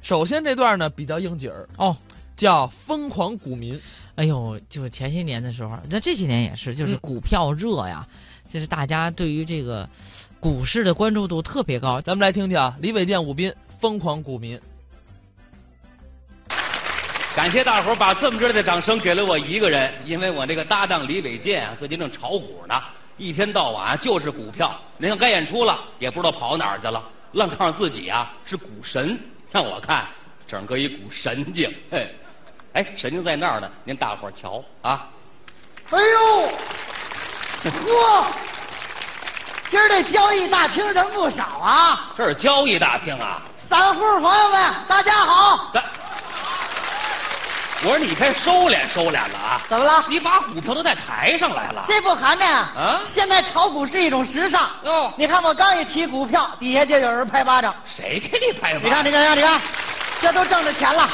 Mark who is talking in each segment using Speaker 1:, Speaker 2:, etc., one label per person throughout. Speaker 1: 首先这段呢比较应景儿，
Speaker 2: 哦，
Speaker 1: 叫《疯狂股民》。
Speaker 2: 哎呦，就前些年的时候，那这几年也是，就是
Speaker 1: 嗯
Speaker 2: 股票热呀，就是大家对于这个股市的关注度特别高。
Speaker 1: 咱们来听听啊，李伟健、武斌《疯狂股民》。
Speaker 3: 感谢大伙儿把这么热烈的掌声给了我一个人，因为我那个搭档李伟健啊，最近正炒股呢，一天到晚、啊、就是股票。您看该演出了，也不知道跑哪儿去了，愣告诉自己啊是股神，让我看整个一股神经，嘿，哎，神经在那儿呢，您大伙儿瞧啊，
Speaker 4: 哎呦，嚯！今儿这交易大厅人不少啊！
Speaker 3: 这是交易大厅啊，
Speaker 4: 散户朋友们，大家好！
Speaker 3: 咱，我说你该收敛收敛了啊，
Speaker 4: 怎么了？
Speaker 3: 你把股票都带台上来了，
Speaker 4: 这不寒碜啊！
Speaker 3: 啊
Speaker 4: 现在炒股是一种时尚。
Speaker 3: 哦
Speaker 4: 你看我刚一提股票，底下就有人拍巴掌。
Speaker 3: 谁给你拍啊板？
Speaker 4: 你看，你看，你看，你看，这都挣着钱了，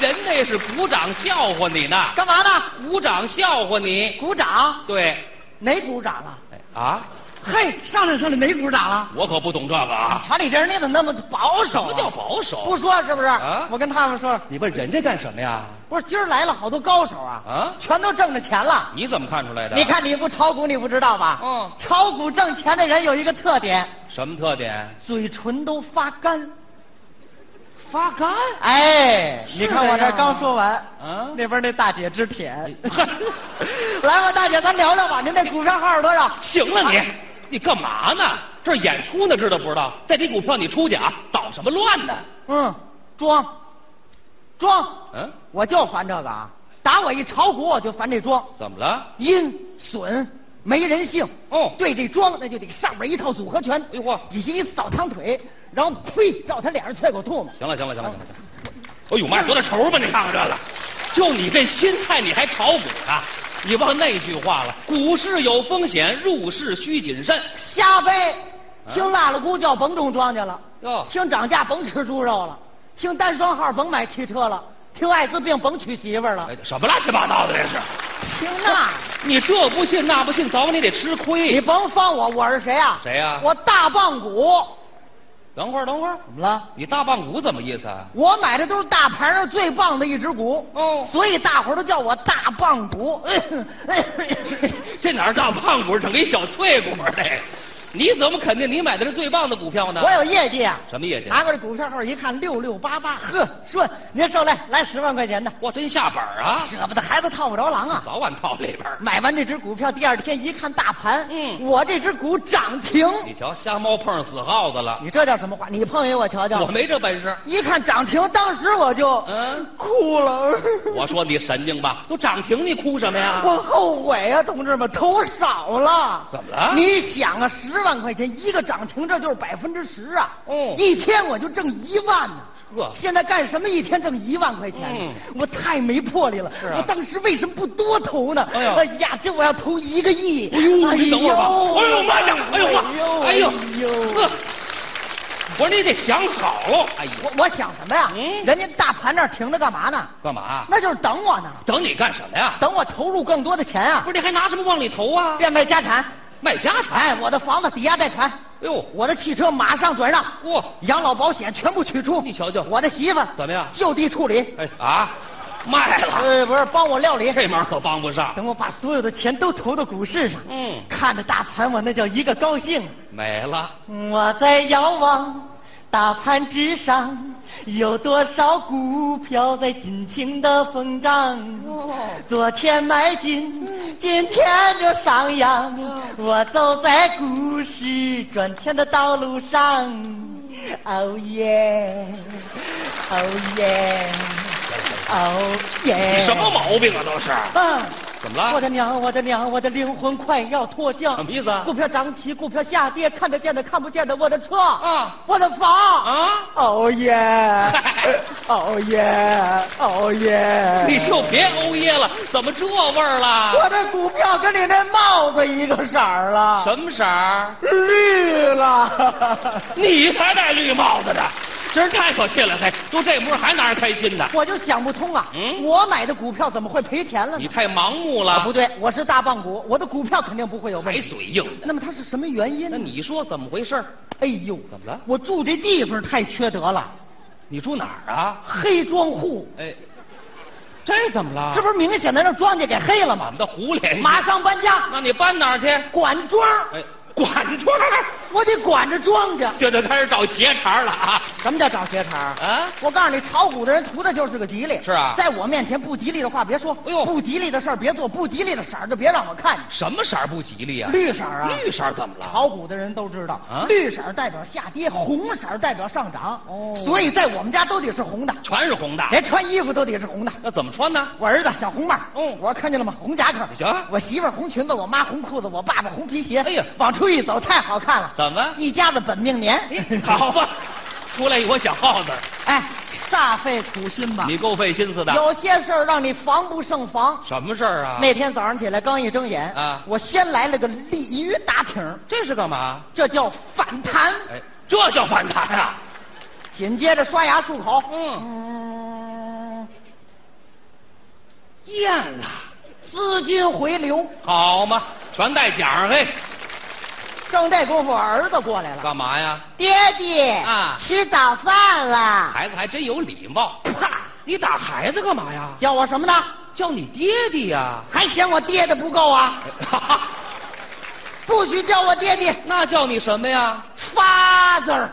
Speaker 3: 人那是鼓掌笑话你呢，
Speaker 4: 干嘛呢？
Speaker 3: 鼓掌笑话你。
Speaker 4: 鼓掌？
Speaker 3: 对，
Speaker 4: 哪鼓掌了？
Speaker 3: 哎啊，
Speaker 4: 嘿，商量商量，哪鼓掌了？
Speaker 3: 我可不懂这个啊。
Speaker 4: 瞧你这人，你怎么那么保
Speaker 3: 什
Speaker 4: 守、
Speaker 3: 么
Speaker 4: 啊？
Speaker 3: 叫保守？
Speaker 4: 不，说是不是？
Speaker 3: 啊
Speaker 4: 我跟他们说，
Speaker 3: 你问人家干什么呀？
Speaker 4: 不是今儿来了好多高手啊，
Speaker 3: 啊
Speaker 4: 全都挣着钱了。
Speaker 3: 你怎么看出来的？
Speaker 4: 你看你不炒股，你不知道吧？
Speaker 3: 嗯
Speaker 4: 炒股挣钱的人有一个特点，
Speaker 3: 什么特点？
Speaker 4: 嘴唇都发干。
Speaker 3: 发干。
Speaker 4: 哎，
Speaker 3: 是啊
Speaker 4: 你看我
Speaker 3: 这样
Speaker 4: 这
Speaker 3: 吗
Speaker 4: 刚说完，
Speaker 3: 啊
Speaker 4: 那边那大姐直舔。
Speaker 3: 哎
Speaker 4: 来吧，大姐，咱聊聊吧。您这股票号是多少？
Speaker 3: 行了你，啊你干嘛呢？这儿演出呢，知道不知道？再提股票你出去啊，捣什么乱呢？
Speaker 4: 嗯，装，装。
Speaker 3: 嗯
Speaker 4: 我就烦这个啊！打我一炒股，我就烦这装，
Speaker 3: 怎么了？
Speaker 4: 阴损，没人性。
Speaker 3: 哦
Speaker 4: 对这装，那就得上边一套组合拳。
Speaker 3: 哎呦嚯
Speaker 4: 底下一扫堂腿，然后呸，照他脸上啐口唾沫。
Speaker 3: 行了行了行了行了行了。哎呦妈呀，多大仇吧？你看看这个，就你这心态，你还炒股呢？你忘那句话了，股市有风险，入市需谨慎。
Speaker 4: 瞎掰，听辣了咕叫甭种庄稼了，
Speaker 3: 啊哟
Speaker 4: 听涨价甭吃猪肉了，听单双号甭买汽车了，听艾滋病甭娶媳妇儿了
Speaker 3: 哎，什么乱七八糟的这是？
Speaker 4: 听 那，
Speaker 3: 你这不信那不信，早晚你得吃
Speaker 4: 你
Speaker 3: 亏。
Speaker 4: 甭放我，我是谁啊？
Speaker 3: 谁呀
Speaker 4: 我大棒骨，
Speaker 3: 等会儿等会儿，
Speaker 4: 怎么了？
Speaker 3: 你大棒骨怎么意思啊？
Speaker 4: 我买的都是大盘上最棒的一只股，
Speaker 3: 哦
Speaker 4: 所以大伙儿都叫我大棒骨。
Speaker 3: 这哪儿大棒骨，整一小脆骨嘞？你怎么肯定你买的是最棒的股票呢？
Speaker 4: 我有业绩啊！
Speaker 3: 什么业绩
Speaker 4: 拿过来股票号一看，六六八八，呵，顺，您受累，来十万块钱的，
Speaker 3: 哇，真下本儿啊！
Speaker 4: 舍不得孩子套不着狼啊！
Speaker 3: 早晚套里边儿。
Speaker 4: 买完这只股票，第二天一看大盘，
Speaker 3: 嗯
Speaker 4: 我这只股涨停。
Speaker 3: 你瞧，瞎猫碰上死耗子了。
Speaker 4: 你这叫什么话？你碰一我瞧瞧。
Speaker 3: 我没这本事。
Speaker 4: 一看涨停，当时我就
Speaker 3: 嗯
Speaker 4: 哭了。
Speaker 3: 我说你神经吧，都涨停你哭什么呀？
Speaker 4: 我后悔啊，同志们，投少了。
Speaker 3: 怎么了
Speaker 4: 你想啊，十万块钱一个涨停，这就是百分之十啊。
Speaker 3: 哦
Speaker 4: 一天我就挣一万呢、
Speaker 3: 呵
Speaker 4: 现在干什么一天挣一万块钱？
Speaker 3: 嗯
Speaker 4: 我太没魄力了、
Speaker 3: 是啊
Speaker 4: 我当时为什么不多投呢？
Speaker 3: 哎呀
Speaker 4: 呀，这我要投一个亿！
Speaker 3: 哎呦，你等会儿吧。哎呦妈呀！哎呦妈！哎呦！呵我说你得想好喽。哎呦，
Speaker 4: 我我想什么呀？
Speaker 3: 嗯
Speaker 4: 人家大盘那儿停着干嘛呢？
Speaker 3: 干嘛？
Speaker 4: 那就是等我呢，
Speaker 3: 等你干什么呀？
Speaker 4: 等我投入更多的钱啊
Speaker 3: 不，是你还拿什么往里投啊？
Speaker 4: 变卖家产。
Speaker 3: 卖家产。
Speaker 4: 哎，我的房子抵押贷款，
Speaker 3: 哎呦，
Speaker 4: 我的汽车马上转让，
Speaker 3: 哇
Speaker 4: 养老保险全部取出。
Speaker 3: 你瞧瞧
Speaker 4: 我的媳妇儿
Speaker 3: 怎么样
Speaker 4: 就地处理。
Speaker 3: 哎啊，卖了。
Speaker 4: 呃，不是，帮我料理。
Speaker 3: 这忙可帮不上。
Speaker 4: 等我把所有的钱都投到股市上，
Speaker 3: 嗯，
Speaker 4: 看着大盘，我那叫一个高兴。啊
Speaker 3: 没了。
Speaker 4: 我在遥望大盘之上，有多少股票在尽情的疯涨？昨天买进，今天就上扬。我走在股市赚钱的道路上，哦耶，哦耶，哦耶！
Speaker 3: 什么？毛病啊？都是。
Speaker 4: 嗯。
Speaker 3: 怎么了
Speaker 4: 我的娘，我的娘，我的灵魂快要脱缰。
Speaker 3: 啊什么意思啊
Speaker 4: 股票涨起，股票下跌，看得见的，看不见的，我的车
Speaker 3: 啊
Speaker 4: 我的房啊，
Speaker 3: 啊？
Speaker 4: 哦 耶，哦耶，哦耶！
Speaker 3: 你就别欧耶了，怎么这味儿
Speaker 4: 我
Speaker 3: 了？
Speaker 4: 这股票跟你那帽子一个色儿了，
Speaker 3: 什么色儿？
Speaker 4: 绿了？
Speaker 3: 你才戴绿帽子呢，真是太可气了！嘿，就这模还拿人开心呢？
Speaker 4: 我就想不通啊，
Speaker 3: 嗯
Speaker 4: 我买的股票怎么会赔钱了
Speaker 3: 你
Speaker 4: 呢？
Speaker 3: 太盲目
Speaker 4: 啊，
Speaker 3: 了，
Speaker 4: 不，对，我是大棒股，我的股票肯定不会有问
Speaker 3: 还
Speaker 4: 题。
Speaker 3: 嘴硬。
Speaker 4: 那么它是什么原因呢？
Speaker 3: 哎那你说怎么回事？
Speaker 4: 哎呦，
Speaker 3: 怎么了
Speaker 4: 我住这地方太缺德了，
Speaker 3: 你住哪儿啊？
Speaker 4: 黑庄户，
Speaker 3: 哎，这怎么了？
Speaker 4: 这不是明显的让庄稼给黑了
Speaker 3: 我
Speaker 4: 吗
Speaker 3: 们？的胡联系
Speaker 4: 马，上搬家，
Speaker 3: 那你搬哪儿去？
Speaker 4: 管庄，
Speaker 3: 哎，管庄儿，
Speaker 4: 我得管着庄稼。
Speaker 3: 这就开始找鞋茬儿了啊！
Speaker 4: 什么叫找鞋茬儿？
Speaker 3: 啊，
Speaker 4: 我告诉你，炒股的人图的就是个吉利。
Speaker 3: 是啊
Speaker 4: 在我面前不吉利的话别说，
Speaker 3: 哎呦
Speaker 4: 不吉利的事儿别做，不吉利的色儿就别让我看见。
Speaker 3: 什么色儿不吉利啊？
Speaker 4: 绿色儿啊，
Speaker 3: 绿色儿怎么了？
Speaker 4: 炒股的人都知道，
Speaker 3: 啊
Speaker 4: 绿色儿代表下跌，红色儿代表上涨。
Speaker 2: 哦
Speaker 4: 所以在我们家都得是红的，
Speaker 3: 全是红的。
Speaker 4: 连穿衣服都得是红的。
Speaker 3: 那怎么穿 呢？
Speaker 4: 我儿子小红帽，
Speaker 3: 嗯
Speaker 4: 我看见了吗？红夹克，
Speaker 3: 行
Speaker 4: 我媳妇儿红裙子，我妈红裤子，我爸爸红皮鞋。
Speaker 3: 哎呀
Speaker 4: 往出一走太好看了，
Speaker 3: 怎么？哎
Speaker 4: 一家子本命年。
Speaker 3: 好吧，出来一窝小耗子，
Speaker 4: 哎，煞费苦心吧
Speaker 3: 你。够费心思的。
Speaker 4: 有些事儿让你防不胜防。
Speaker 3: 什么事儿啊？
Speaker 4: 那天早上起来刚一睁眼
Speaker 3: 啊
Speaker 4: 我先来了个鲤鱼打挺，
Speaker 3: 这是干嘛？
Speaker 4: 这叫反弹。
Speaker 3: 哎，这叫反弹啊！
Speaker 4: 紧接着刷牙漱口，
Speaker 3: 嗯，
Speaker 4: 嗯，
Speaker 3: 厌了，
Speaker 4: 资金回流。
Speaker 3: 好嘛，全带奖嘿。
Speaker 4: 正这功夫，儿子过来了，
Speaker 3: 干嘛呀？
Speaker 4: 爹爹
Speaker 3: 啊
Speaker 4: 吃早饭了。
Speaker 3: 孩子还真有礼貌。
Speaker 4: 啪！
Speaker 3: 你打孩子干嘛呀？
Speaker 4: 叫我什么呢？
Speaker 3: 叫你爹爹呀、
Speaker 4: 还嫌我爹的不够啊？
Speaker 3: 哈哈，
Speaker 4: 不许叫我爹爹
Speaker 3: 那叫你什么呀？
Speaker 4: ，father。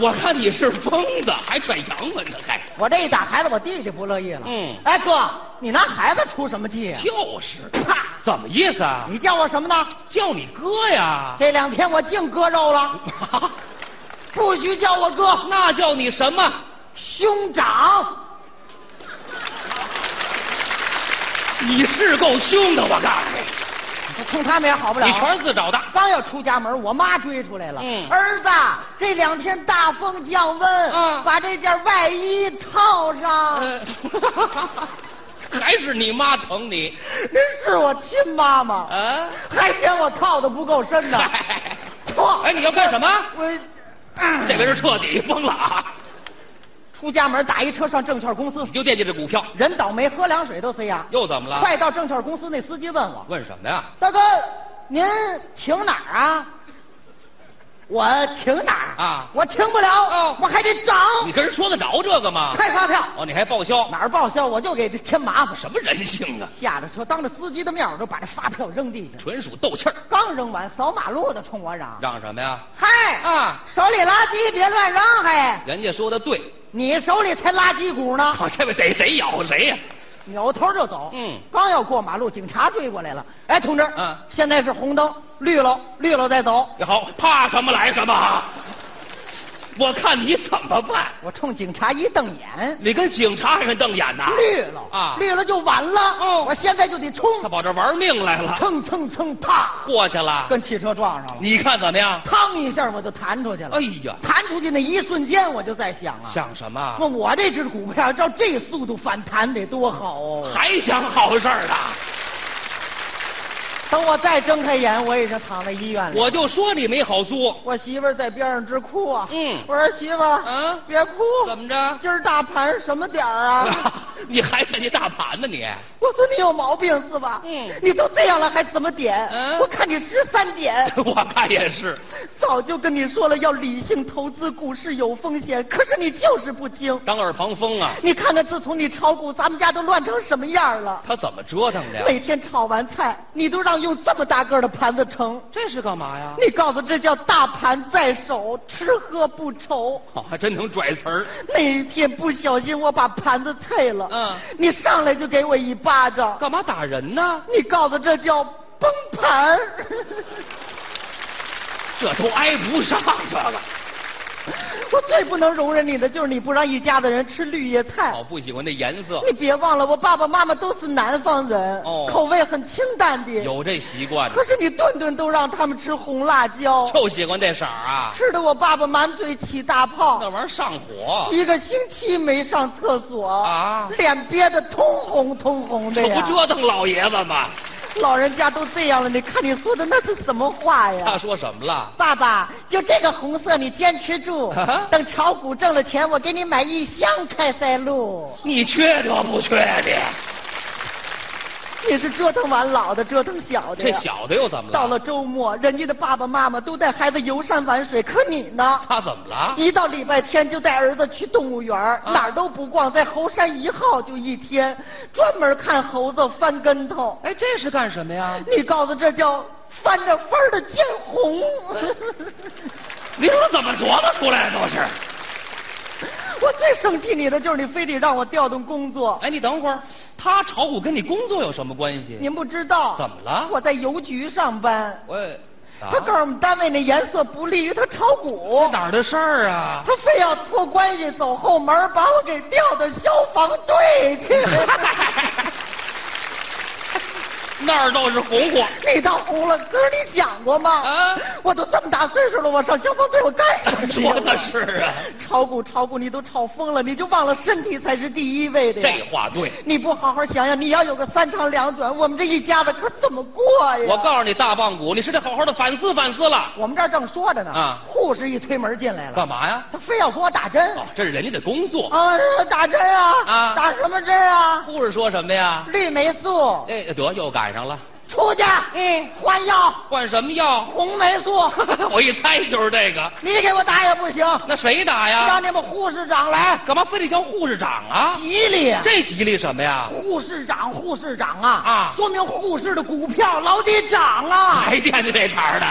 Speaker 3: 我看你是疯子，哎还转洋文呢，还
Speaker 4: 我这一打孩子，我弟弟不乐意了。
Speaker 3: 嗯
Speaker 4: 哎哥，你拿孩子出什么气呀、啊
Speaker 3: 就是，啪，怎么意思啊？
Speaker 4: 你叫我什么呢？
Speaker 3: 叫你哥呀？
Speaker 4: 这两天我净割肉 了，
Speaker 3: 哈
Speaker 4: 不许叫我哥，
Speaker 3: 那叫你什么？
Speaker 4: 兄长。
Speaker 3: 你是够凶的，我告诉你，
Speaker 4: 我冲他们也好不了。
Speaker 3: 你全是自找的。
Speaker 4: 刚要出家门，我妈追出来了。
Speaker 3: 嗯
Speaker 4: 儿子，这两天大风降温，
Speaker 3: 啊
Speaker 4: 把这件外衣套上。
Speaker 3: 呃，
Speaker 4: 啊
Speaker 3: 还是你妈疼你
Speaker 4: 您是我亲妈妈，
Speaker 3: 啊？
Speaker 4: 还嫌我套的不够深呢。
Speaker 3: 嗨
Speaker 4: 错，
Speaker 3: 哎，你要干什么？
Speaker 4: 我、嗯
Speaker 3: 这个人彻底疯了啊！
Speaker 4: 出家门打一车上证券公司
Speaker 3: 你，就惦记这股票，
Speaker 4: 人倒霉喝凉水都塞牙。
Speaker 3: 又怎么了？
Speaker 4: 快到证券公司，那司机问我
Speaker 3: 问什么呀？：“
Speaker 4: 大哥，您停哪儿啊？”我停哪儿
Speaker 3: 啊
Speaker 4: 我停不了，
Speaker 3: 哦
Speaker 4: 我还得涨，
Speaker 3: 你跟人说得着这个吗？
Speaker 4: 开发票
Speaker 3: 哦，你还报销？
Speaker 4: 哪儿报销我就给他添麻烦。
Speaker 3: 什么人性啊？
Speaker 4: 下了车，当着司机的面，我就把这发票扔地下。
Speaker 3: 纯属斗气儿。
Speaker 4: 刚扔完，扫马路的冲我嚷
Speaker 3: 让什么呀？：“
Speaker 4: 嗨，
Speaker 3: 啊，
Speaker 4: 手里垃圾别乱扔，嘿，
Speaker 3: 人家说的对，
Speaker 4: 你手里才垃圾股呢。”
Speaker 3: 好，这位逮谁咬谁呀、
Speaker 4: 扭头就走。
Speaker 3: 嗯
Speaker 4: 刚要过马路，警察追过来了。哎，同志，
Speaker 3: 嗯
Speaker 4: 现在是红灯，绿了，绿了再走。
Speaker 3: 好，怕什么来什么啊！我看你怎么办？
Speaker 4: 我冲警察一瞪眼，
Speaker 3: 你跟警察还是瞪眼呐？
Speaker 4: 绿了
Speaker 3: 啊！
Speaker 4: 绿了就晚了。
Speaker 3: 哦
Speaker 4: 我现在就得冲，
Speaker 3: 他跑这玩命来了，
Speaker 4: 蹭蹭蹭，啪，
Speaker 3: 过去了。
Speaker 4: 跟汽车撞上了，
Speaker 3: 你看怎么样？
Speaker 4: 嘡一下我就弹出去了。
Speaker 3: 哎呀，
Speaker 4: 弹出去那一瞬间，我就在想啊，
Speaker 3: 想什么？
Speaker 4: 问我这只股票照这速度反弹得多好哦！
Speaker 3: 还想好事儿呢？啊
Speaker 4: 等我再睁开眼，我已经躺在医院里了。
Speaker 3: 我就说你没好作。
Speaker 4: 我媳妇儿在边上直哭啊。
Speaker 3: 嗯
Speaker 4: 我说媳妇儿，
Speaker 3: 嗯
Speaker 4: 别哭。
Speaker 3: 怎么着
Speaker 4: 今儿大盘什么点儿 啊？
Speaker 3: 你还看你大盘呢你？
Speaker 4: 我说你有毛病是吧？
Speaker 3: 嗯
Speaker 4: 你都这样了还怎么点？
Speaker 3: 嗯
Speaker 4: 我看你十三点。
Speaker 3: 我看也是。
Speaker 4: 早就跟你说了要理性投资，股市有风险，可是你就是不听。
Speaker 3: 当耳旁风啊！
Speaker 4: 你看看，自从你炒股，咱们家都乱成什么样了。
Speaker 3: 他怎么折腾的
Speaker 4: 每
Speaker 3: 呀？
Speaker 4: 天炒完菜，你都让用这么大个儿的盘子盛。
Speaker 3: 这是干嘛呀？
Speaker 4: 你告诉这叫大盘在手，吃喝不愁。
Speaker 3: 哦还真能拽词儿。
Speaker 4: 那一天不小心我把盘子碎了，
Speaker 3: 嗯
Speaker 4: 你上来就给我一巴掌，
Speaker 3: 干嘛打人呢？
Speaker 4: 你告诉这叫崩盘。
Speaker 3: 这都挨不上啊这个。
Speaker 4: 我最不能容忍你的就是你不让一家子人吃绿叶菜
Speaker 3: 好。哦不喜欢那颜色，
Speaker 4: 你别忘了，我爸爸妈妈都是南方人，
Speaker 3: 哦
Speaker 4: 口味很清淡的。
Speaker 3: 有啊这习惯呢
Speaker 4: 可是你顿顿都让他们吃红辣椒，
Speaker 3: 就喜欢这色儿啊。
Speaker 4: 吃的我爸爸满嘴起大
Speaker 3: 那
Speaker 4: 泡，
Speaker 3: 玩意儿上火，
Speaker 4: 一个星期没上厕所，
Speaker 3: 啊
Speaker 4: 脸憋得通红通红的
Speaker 3: 这
Speaker 4: 呀。
Speaker 3: 不折腾老爷子吗？
Speaker 4: 老人家都这样了，你看你说的那是什么话
Speaker 3: 他
Speaker 4: 呀？
Speaker 3: 说什么了？
Speaker 4: 爸爸，就这个红色你坚持住，
Speaker 3: 啊
Speaker 4: 等炒股挣了钱，我给你买一箱开塞露。
Speaker 3: 你缺德不缺德？
Speaker 4: 也是折腾完老的，折腾小的
Speaker 3: 这
Speaker 4: 呀。
Speaker 3: 小的又怎么了？
Speaker 4: 到了周末，人家的爸爸妈妈都带孩子游山玩水，可你呢？
Speaker 3: 他怎么了？
Speaker 4: 一到礼拜天就带儿子去动物园儿，
Speaker 3: 啊
Speaker 4: 哪儿都不逛，在猴山一号就一天，专门看猴子翻跟头。
Speaker 3: 哎，这是干什么呀？
Speaker 4: 你告诉这叫翻着翻儿的见红。
Speaker 3: 你说怎么琢磨出来的都是？
Speaker 4: 我最生气你的就是你非得让我调动工作。
Speaker 3: 哎，你等会儿，他炒股跟你工作有什么关系？
Speaker 4: 您不知道
Speaker 3: 怎么了
Speaker 4: 我在邮局上班，
Speaker 3: 我也，啊
Speaker 4: 他告诉我们单位那颜色不利于他炒股，
Speaker 3: 哪儿的事儿啊？
Speaker 4: 他非要托关系走后门，把我给调到消防 队去。
Speaker 3: 那儿倒是红火。
Speaker 4: 你倒红了，可是你想过吗？
Speaker 3: 啊
Speaker 4: 我都这么大岁数了，我上消防队我干什么去？
Speaker 3: 说的是啊
Speaker 4: 炒股炒股你都炒疯了，你就忘了身体才是第一位的呀。
Speaker 3: 这话对。
Speaker 4: 你不好好想想，你要有个三长两短，我们这一家子可怎么过呀？
Speaker 3: 我告诉你，大棒骨，你是得好好的反思反思了。
Speaker 4: 我们这儿正说着呢，
Speaker 3: 啊
Speaker 4: 护士一推门进来了，
Speaker 3: 干嘛呀？
Speaker 4: 他非要给我打针。
Speaker 3: 哦，这是人家的工作。
Speaker 4: 啊，打针啊！
Speaker 3: 啊
Speaker 4: 打什么针啊？
Speaker 3: 护士说什么呀？
Speaker 4: 绿霉素，
Speaker 3: 哎，得又赶上了，
Speaker 4: 出去！嗯，换药，
Speaker 3: 换什么药？
Speaker 4: 红霉 素，
Speaker 3: 我一猜就是这个。
Speaker 4: 你给我打也不行，
Speaker 3: 那谁打呀
Speaker 4: 让？你们护士长来，
Speaker 3: 干嘛非得叫护士长啊？
Speaker 4: 吉利。
Speaker 3: 这吉利什么呀？
Speaker 4: 护士长，护士长啊
Speaker 3: 啊
Speaker 4: 说明护士的股票老得涨啊！
Speaker 3: 还惦记这茬儿呢？